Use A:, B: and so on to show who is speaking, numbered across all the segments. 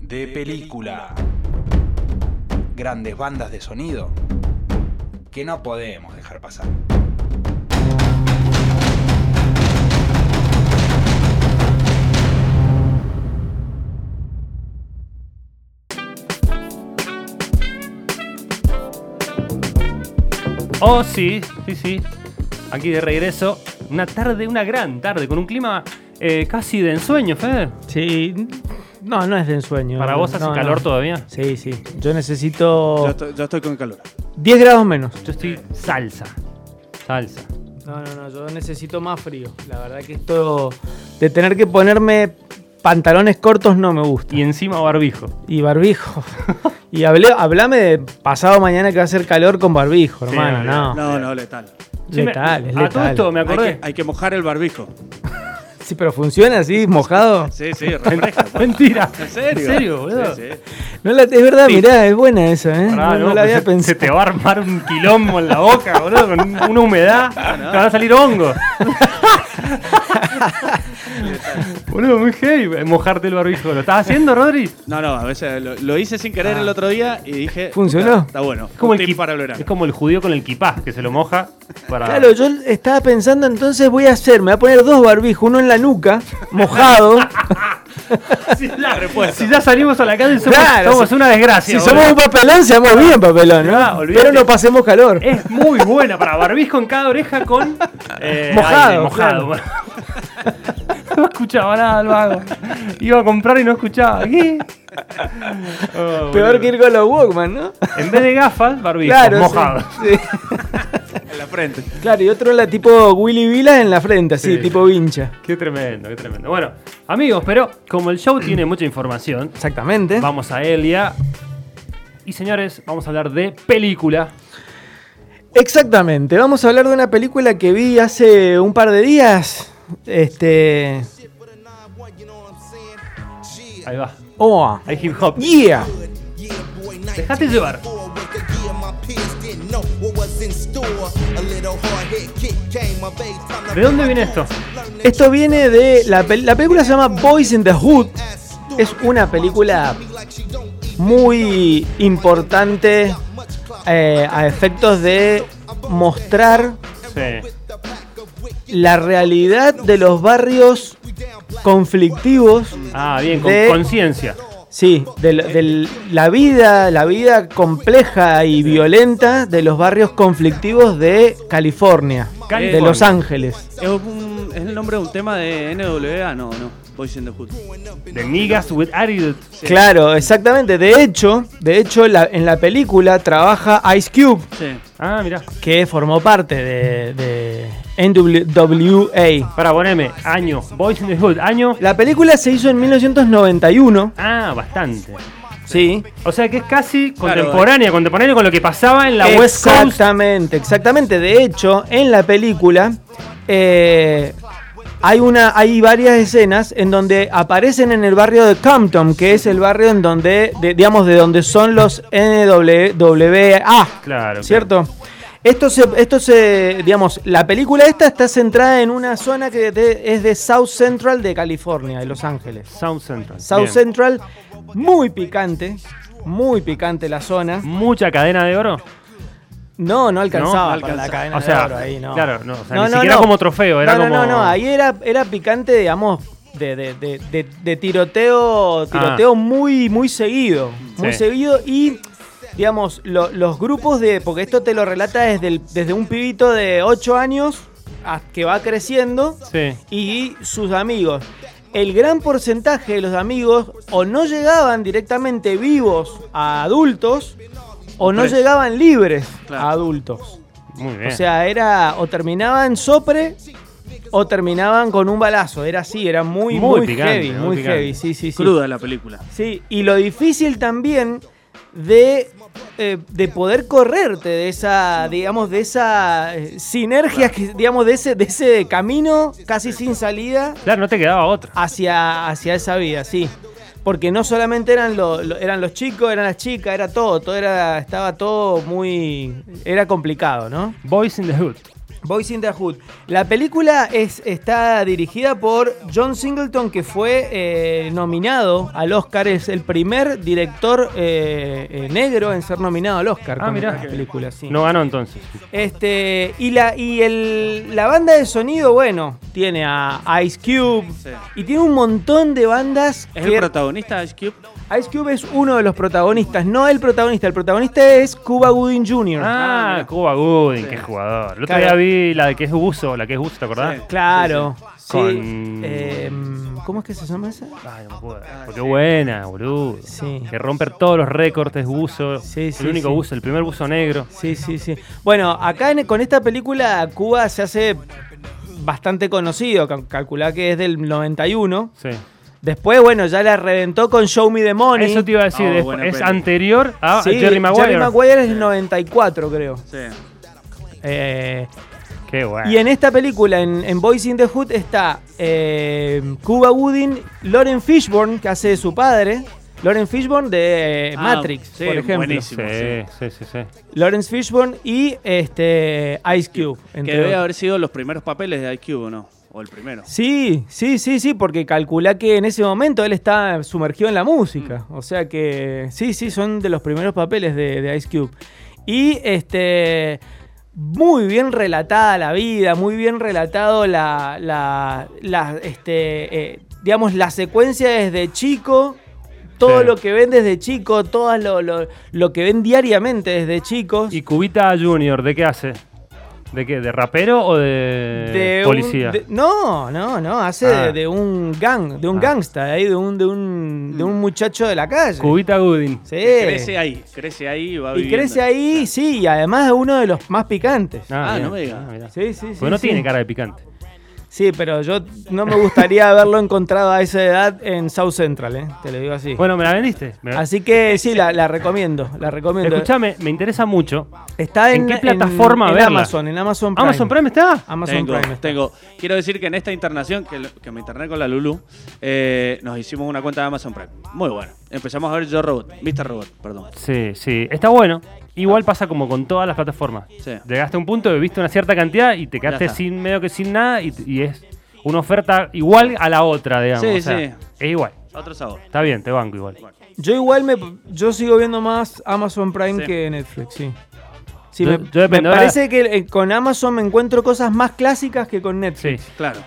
A: de película. Grandes bandas de sonido que no podemos dejar pasar.
B: Oh, sí, sí, sí. Aquí de regreso. Una tarde, una gran tarde, con un clima eh, casi de ensueño, Fede.
C: Sí. No, no es de ensueño.
B: ¿Para vos hace
C: No, no.
B: calor todavía?
C: Sí, sí. Yo necesito
D: Ya estoy, ya estoy con calor.
C: 10 grados menos.
B: Yo estoy salsa. Salsa.
C: No, no, no. Yo necesito más frío. La verdad que esto de tener que ponerme pantalones cortos no me gusta.
B: Y encima barbijo.
C: Y barbijo. y hablé, hablame de pasado mañana que va a hacer calor con barbijo,
B: Sí,
C: hermano.
B: no,
C: no.
D: No, no, letal.
B: Sí, me-
C: Letal, es
B: a todo
C: letal.
B: esto me
D: Hay que,
B: acordé.
D: hay que mojar el barbijo.
C: Sí, pero funciona así, mojado.
D: Sí, sí, refresca.
B: Mentira.
D: ¿En serio?
B: ¿En serio, boludo?
D: Sí, sí.
C: No la- es verdad, mirá, es buena esa, ¿eh?
B: Pará,
C: no, no
B: no,
C: la
B: pues
C: había
B: se, se
C: pensado.
B: te va a armar un quilombo en la boca, boludo, con un- una humedad.
D: Ah,
B: Te van a salir hongos. boludo, muy heavy. eh, Mojarte el barbijo. ¿Lo estás haciendo, Rodri?
D: No, no, a veces lo, lo hice sin querer el otro día y dije.
C: Ah. ¿Funcionó?
D: "Puta, Está bueno.
B: Es como,
D: un
B: el
D: tip
B: ki-
D: para el verano.
B: es como el judío con el kipá, que se lo moja para.
C: Claro, yo estaba pensando entonces voy a hacer, me voy a poner dos barbijos, uno en la nuca, mojado.
B: si, ya, si ya salimos a la calle, somos,
C: Claro,
B: somos
C: si-
B: una
C: si
B: desgracia. boludo.
C: somos un papelón, seamos bien papelón,
B: Ah,
C: ¿no?
B: olvídate.
C: Pero no pasemos calor.
B: Es muy buena para barbijo en cada oreja con. eh,
C: Mojado,
B: aire, mojado. No escuchaba nada el vago. Iba a comprar y no escuchaba. ¿Qué? Oh,
C: Peor
B: boludo.
C: que ir con los Walkman, ¿no?
B: En vez de gafas, barbijo,
C: Claro,
B: mojado.
C: sí,
D: En la frente.
C: sí. Claro, y otro la tipo Willy Vila en la frente, así,
B: Sí.
C: tipo vincha.
B: Qué tremendo, qué tremendo. Bueno, amigos, pero como el show tiene mucha información,
C: Exactamente.
B: vamos a Elia. Y señores, vamos a hablar de película.
C: Exactamente, vamos a hablar de una película que vi hace un par de días. Este.
B: Ahí va.
C: Oh,
B: Hay hip hop.
C: yeah.
B: Dejate llevar.
E: ¿De dónde viene esto?
C: Esto viene de. La, pel- la película se llama Boys in the Hood.
E: Es una película
C: Muy importante eh, a efectos de mostrar
B: Sí.
C: la realidad de los barrios conflictivos.
B: Ah, bien, con
C: De-
B: conciencia.
C: Sí, de, lo- del- la vida, la vida compleja y violenta de los barrios conflictivos de California, de
B: California.
C: Los Ángeles.
D: Es, un- es el nombre de un tema de NWA, no, no. Voy siendo justo.
B: De niggas with attitude.
C: Claro, exactamente. De hecho, de hecho, la- en la película trabaja Ice Cube,
D: Sí.
B: Ah, mirá.
C: que formó parte de, de NWA.
B: Para poneme, año. Boys in the Hood, año.
C: La película se hizo en 1991,
B: Ah, bastante.
C: sí.
B: O sea que es casi contemporánea, contemporánea con lo que pasaba en la West Coast.
C: Exactamente, exactamente. De hecho, en la película eh, hay una, hay varias escenas en donde aparecen en el barrio de Compton, que es el barrio en donde, de- digamos, de donde son los NWA.
B: Claro.
C: ¿Cierto? Esto se, esto se, digamos, la película esta está centrada en una zona que de- es de South Central de California, de Los Ángeles.
B: South Central.
C: South
B: Bien.
C: Central, muy picante, muy picante la zona.
B: Mucha cadena de oro.
C: No, no alcanzaba
B: No,
C: para la cadena
B: O sea,
C: de oro ahí, no.
B: claro, no, o sea, ni siquiera como trofeo, era
C: no, no,
B: como-
C: No, no, ahí era, era picante, digamos, de, de- de- de- de tiroteo, tiroteo muy, muy seguido, muy
B: Ah. Sí.
C: seguido y, digamos, lo- los grupos de, porque esto te lo relata desde, el- desde un pibito de 8 años a- que va creciendo
B: Sí.
C: y sus amigos. El gran porcentaje de los amigos o no llegaban directamente vivos a adultos o no
D: Presos.
C: llegaban libres
D: Claro.
C: a adultos.
B: Muy bien.
C: O sea, era o terminaban sopre o terminaban con un balazo. Era así, era muy,
B: Muy
C: muy,
B: picante,
C: heavy,
B: muy
C: muy,
B: picante.
C: heavy. Sí, sí, sí.
D: Cruda la película.
C: Sí, y lo difícil también de, eh, de poder correrte de esa, digamos, de esa eh, sinergia, que, digamos, de ese, de ese camino casi sin salida
B: claro, no te quedaba otra.
C: hacia, hacia esa vida, sí. Porque no solamente eran, lo- lo- eran los chicos, eran las chicas, era todo, todo era, estaba todo muy, era complicado, ¿no?
B: Boys in the Hood.
C: Boys in the Hood. La película es, está dirigida por John Singleton, que fue eh, nominado al Oscar. Es el primer director eh, eh, negro en ser nominado al Oscar.
B: Ah,
C: con
B: mirá.
C: esta película, sí.
B: No ganó entonces.
C: Este, y la, y el, la banda de sonido, bueno, tiene a Ice Cube
D: Sí.
C: y tiene un montón de bandas.
D: ¿Es
C: que-
D: el protagonista de Ice Cube?
C: Ice Cube es uno de los protagonistas, no el protagonista. El protagonista es Cuba Gooding Jr.
D: Ah,
B: Ah,
D: mira.
B: Cuba Gooding,
D: Sí.
B: qué jugador. El otro
C: Claro.
B: día vi la que es Buzo, la que es Buzo, ¿te acordás?
D: Sí.
C: Claro, sí.
B: Con-
C: Em, ¿Cómo es que se llama esa?
B: Ay, no me acuerdo. Pero qué buena, boludo.
C: Ah, Sí.
B: Que romper todos los récords es buzo.
C: Sí, sí,
B: el único
C: sí.
B: buzo, el primer buzo negro.
C: Sí, sí, sí. Bueno, acá en- con esta película Cuba se hace bastante conocido, cal- calculá que es del 91.
B: Sí.
C: Después, bueno, ya la reventó con Show Me the Money.
B: Eso te iba a decir,
D: Ah,
B: después-
D: buena
B: es
D: peli.
B: anterior a
C: Sí,
B: Jerry Maguire.
C: es del 94, creo.
D: Sí.
C: Eh,
B: Qué bueno.
C: y en este esta película, en, en Boys in the Hood, está eh, Cuba Gooding, Lauren Fishburne, que hace de su padre. Lauren Fishburne de eh,
D: Ah,
C: Matrix,
D: sí,
C: por ejemplo.
D: buenísimo.
B: Sí, sí, sí, sí.
C: Lawrence Fishburne y este Ice Cube.
D: Que
C: entre
D: debe
C: otros.
D: haber sido los primeros papeles de Ice Cube, ¿o no? O el primero.
C: Sí, sí, sí, sí, porque calcula que en ese momento él está sumergido en la música. O sea que sí, sí, son de los primeros papeles de, de Ice Cube. Y este. Muy bien relatada la vida, muy bien relatado la. la, la, este, eh, digamos, la secuencia desde chico. Todo
B: Sí.
C: lo que ven desde chico, todo lo, lo- lo que ven diariamente desde chicos.
B: ¿Y Cubita Junior, de qué hace? ¿De qué? ¿De rapero o de,
C: de un-
B: Eh, policía?
C: de- no, no, no. Hace
B: Ah.
C: de, de un gang, de un
B: Ah. Mm.
C: gangsta, ahí, de un, de un, de un muchacho de la calle.
B: Cubita Gooding.
C: Sí.
D: Que Crece ahí, crece ahí y va
C: y
D: viviendo.
C: crece ahí, sí, y además es uno de los más picantes.
D: Ah,
B: mirá,
D: no me digas.
B: mirá.
C: Sí, sí, sí.
B: Porque no
C: sí.
B: tiene cara de picante.
C: Sí, pero yo no me gustaría haberlo encontrado a esa edad en South Central, eh, te lo digo así.
B: Bueno, eh. me la vendiste. Me-
C: Así que sí, la, la recomiendo, la recomiendo.
B: Escuchame, me interesa mucho.
C: Está en,
B: ¿en qué plataforma
C: en, en
B: verla?
C: Amazon, en Amazon Prime.
B: ¿Amazon Prime está?
C: Amazon
D: Tengo,
C: Prime. está.
D: tengo. Quiero decir que en esta internación, que, lo- que me interné con la Lulu, eh, nos hicimos una cuenta de Amazon Prime. Muy bueno. Empezamos a ver Yo Robot, Mr. Robot, perdón.
B: Sí, sí. Está bueno. Igual pasa como con todas las plataformas.
D: Ah. Sí.
B: Llegaste a un punto, viste una cierta cantidad y te
D: Ya
B: quedaste
D: está.
B: sin medio que sin nada y, y es una oferta igual a la otra, digamos.
D: Sí,
B: o sea,
D: sí.
B: Es igual.
D: Otro sabor.
B: Está bien, te banco igual.
C: Yo igual me, yo sigo viendo más Amazon Prime
D: Sí.
C: que Netflix, sí. Sí,
B: Yo-
C: me,
B: yo depende
C: me
B: ahora-
C: parece que eh, con Amazon me encuentro cosas más clásicas que con
B: Sí.
C: Netflix.
D: Claro.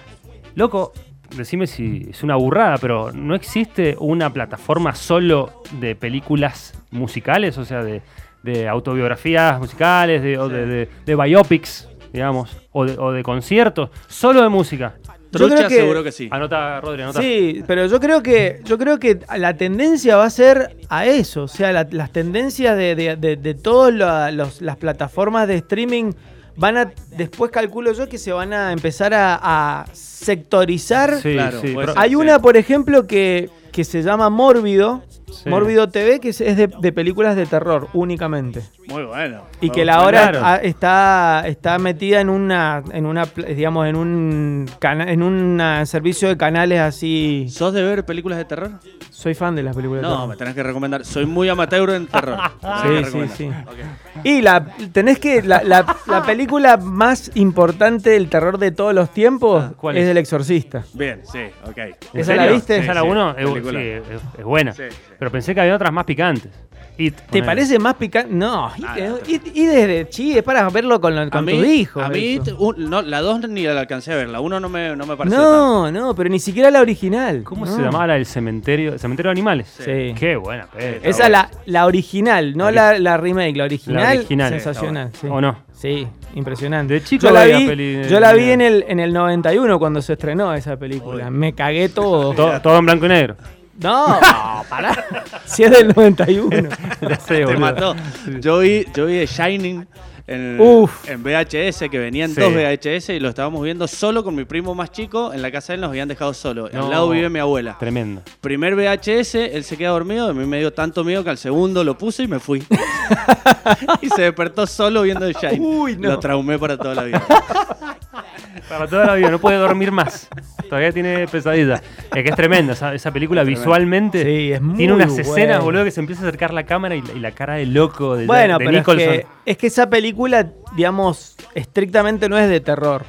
B: Loco, decime si es una burrada, pero ¿no existe una plataforma solo de películas musicales? O sea, de, de autobiografías musicales, de, o de, de- de biopics, digamos, o de, o de conciertos, solo de música.
C: Yo creo
D: Trucha
C: que-
D: seguro que sí.
B: Anota, Rodri, anota.
C: Sí, pero yo creo que yo creo que la tendencia va a ser a eso, o sea, la- las tendencias de, de, de- de todas la- los- las plataformas de streaming van a después calculo yo que se van a empezar a, a sectorizar.
B: Sí,
D: Claro,
B: sí,
D: puede
B: pero-
D: ser.
C: Hay una, por ejemplo, que, que se llama Mórbido,
B: Sí.
C: Mórbido TV, que es es de- de películas de terror únicamente.
D: Muy bueno.
C: Y que
D: Muy
C: la
D: bueno.
C: hora
B: claro.
C: a- está, está metida en una, en una, pl- digamos, en un cana- en un ah, servicio de canales así.
D: ¿Sos de ver películas de terror?
C: Soy fan de las películas. de
D: No,
C: terror.
D: me tenés que recomendar. Soy muy amateur en terror.
C: Sí,
D: Me tenés que
C: sí,
D: recomendar.
C: Y la tenés que la, la- la película más importante del terror de todos los tiempos
B: Ah, ¿cuál
C: es,
B: es?
C: El Exorcista.
D: Bien, sí, ok.
B: ¿En
C: ¿Esa
B: serio?
C: la viste?
B: ¿Esa la
D: Sí,
B: uno?
D: Eh, sí,
B: Es,
D: película.
B: sí, es- es buena.
D: Sí, sí.
B: Pero pensé que había otras más picantes. It,
C: ¿Te
B: ponele.
C: parece más picante? No, y,
D: Ah, no,
C: y- y desde chi, es para verlo con, lo-
D: A
C: con
D: mí,
C: tus hijos.
D: a mí
C: eso.
D: un- no, la 2 ni la alcancé a ver. La 1 no me, no me pareció.
C: No, no, pero ni siquiera la original.
B: ¿Cómo
C: No.
B: se llamaba la del cementerio? ¿El cementerio de animales?
C: Sí.
B: Qué buena. peli,
C: Esa es
B: está
C: la, la original, no
B: Ori-
C: la, la remake, la original.
B: La original.
C: Sensacional. sí.
B: ¿O no?
C: Sí, impresionante.
B: De chico
C: yo la
B: veía
C: vi,
B: peli-
C: yo la vi en el, en el 91 cuando se estrenó esa película. Me cagué todo.
B: buena. To- todo en blanco y negro.
C: no, pará. Si es del 91.
B: Ya sé,
D: Te
B: boludo.
D: mató. Yo vi, yo vi The Shining en,
C: Uf.
D: en VHS, que venían
B: Sí.
D: dos VHS y lo estábamos viendo solo con mi primo más chico. En la casa de él nos habían dejado solo.
B: No.
D: Al lado vive mi abuela.
B: Tremendo.
D: Primer VHS, él se queda dormido. A mí me dio tanto miedo que al segundo lo puse y me fui. y se despertó solo viendo The Shining.
C: Uy, no.
D: Lo traumé para toda la vida.
B: Para toda la vida, no puede dormir más. Todavía tiene pesadilla. Es que es tremenda esa, esa película visualmente.
C: Sí, es muy
B: tiene unas
C: buena.
B: escenas, boludo, que se empieza a acercar la cámara y, la- y la cara de loco de,
C: Bueno,
B: de
C: pero es
B: Nicholson.
C: que, es que esa película, digamos, estrictamente no es de terror.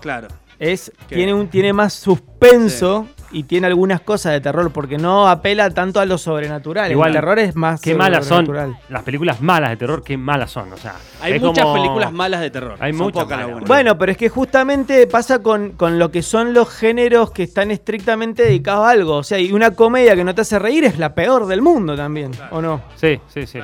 D: Claro.
C: Es,
D: Que-
C: tiene, un, tiene más suspenso y tiene algunas cosas de terror, porque no apela tanto a lo sobrenatural.
B: Igual,
C: el terror es más.
B: Qué malas son.
C: sobrenatural.
B: Las películas malas de terror, qué malas son. O sea,
D: Hay
B: es
D: muchas
B: como-
D: películas malas de terror.
B: Hay
D: Son
B: muchas
D: pocas las
B: malas,
D: buenas.
C: Bueno, pero es que justamente pasa con, con lo que son los géneros que están estrictamente dedicados a algo. O sea, y una comedia que no te hace reír es la peor del mundo también, ¿o no?
B: Sí, sí, sí.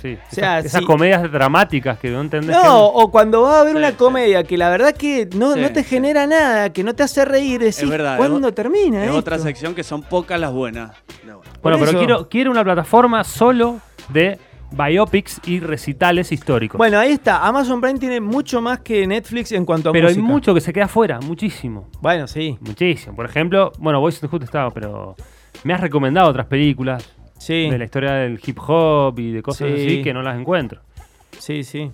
B: Sí,
C: sea,
B: esas, esas
C: sí.
B: comedias dramáticas que no entendés. que-
C: No, o cuando vas a ver
D: Sí,
C: una
D: sí.
C: comedia que la verdad que no,
D: Sí,
C: no te
D: sí.
C: genera nada, que no te hace reír, decís,
D: verdad,
C: ¿cuándo
D: es o-
C: termina?
D: Es
C: esto?
D: otra sección que son pocas las buenas. No, bueno.
B: Bueno,
C: Por
B: pero
C: eso.
B: quiero, quiero una plataforma solo de biopics y recitales históricos.
C: Bueno, ahí está. Amazon Prime tiene mucho más que Netflix en cuanto a
B: pero hay
C: música.
B: mucho que se queda afuera, muchísimo.
C: Bueno, sí.
B: Muchísimo. Por ejemplo, bueno, Boys in the Hood estaba, pero me has recomendado otras películas
C: Sí,
B: de la historia del hip hop y de cosas
C: Sí.
B: así que no las encuentro.
C: sí, sí.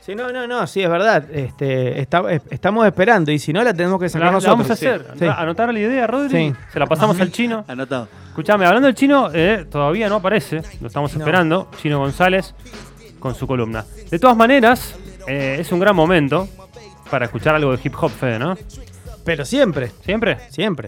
C: Sí, no, no, no, sí, es verdad. Este, está- es- estamos esperando y si no, la tenemos que
B: La,
C: sacar
B: la
C: nosotros.
B: vamos a hacer. Ah,
C: Sí.
B: Anotar la idea, Rodri.
C: Sí.
B: Se la pasamos al chino.
D: Anotado.
B: Escuchame, hablando del chino, eh, todavía no aparece, lo estamos esperando, Chino González con su columna. De todas maneras, eh, es un gran momento para escuchar algo de hip hop, Fede, ¿no?
C: Pero siempre,
B: ¿Siempre?
C: siempre.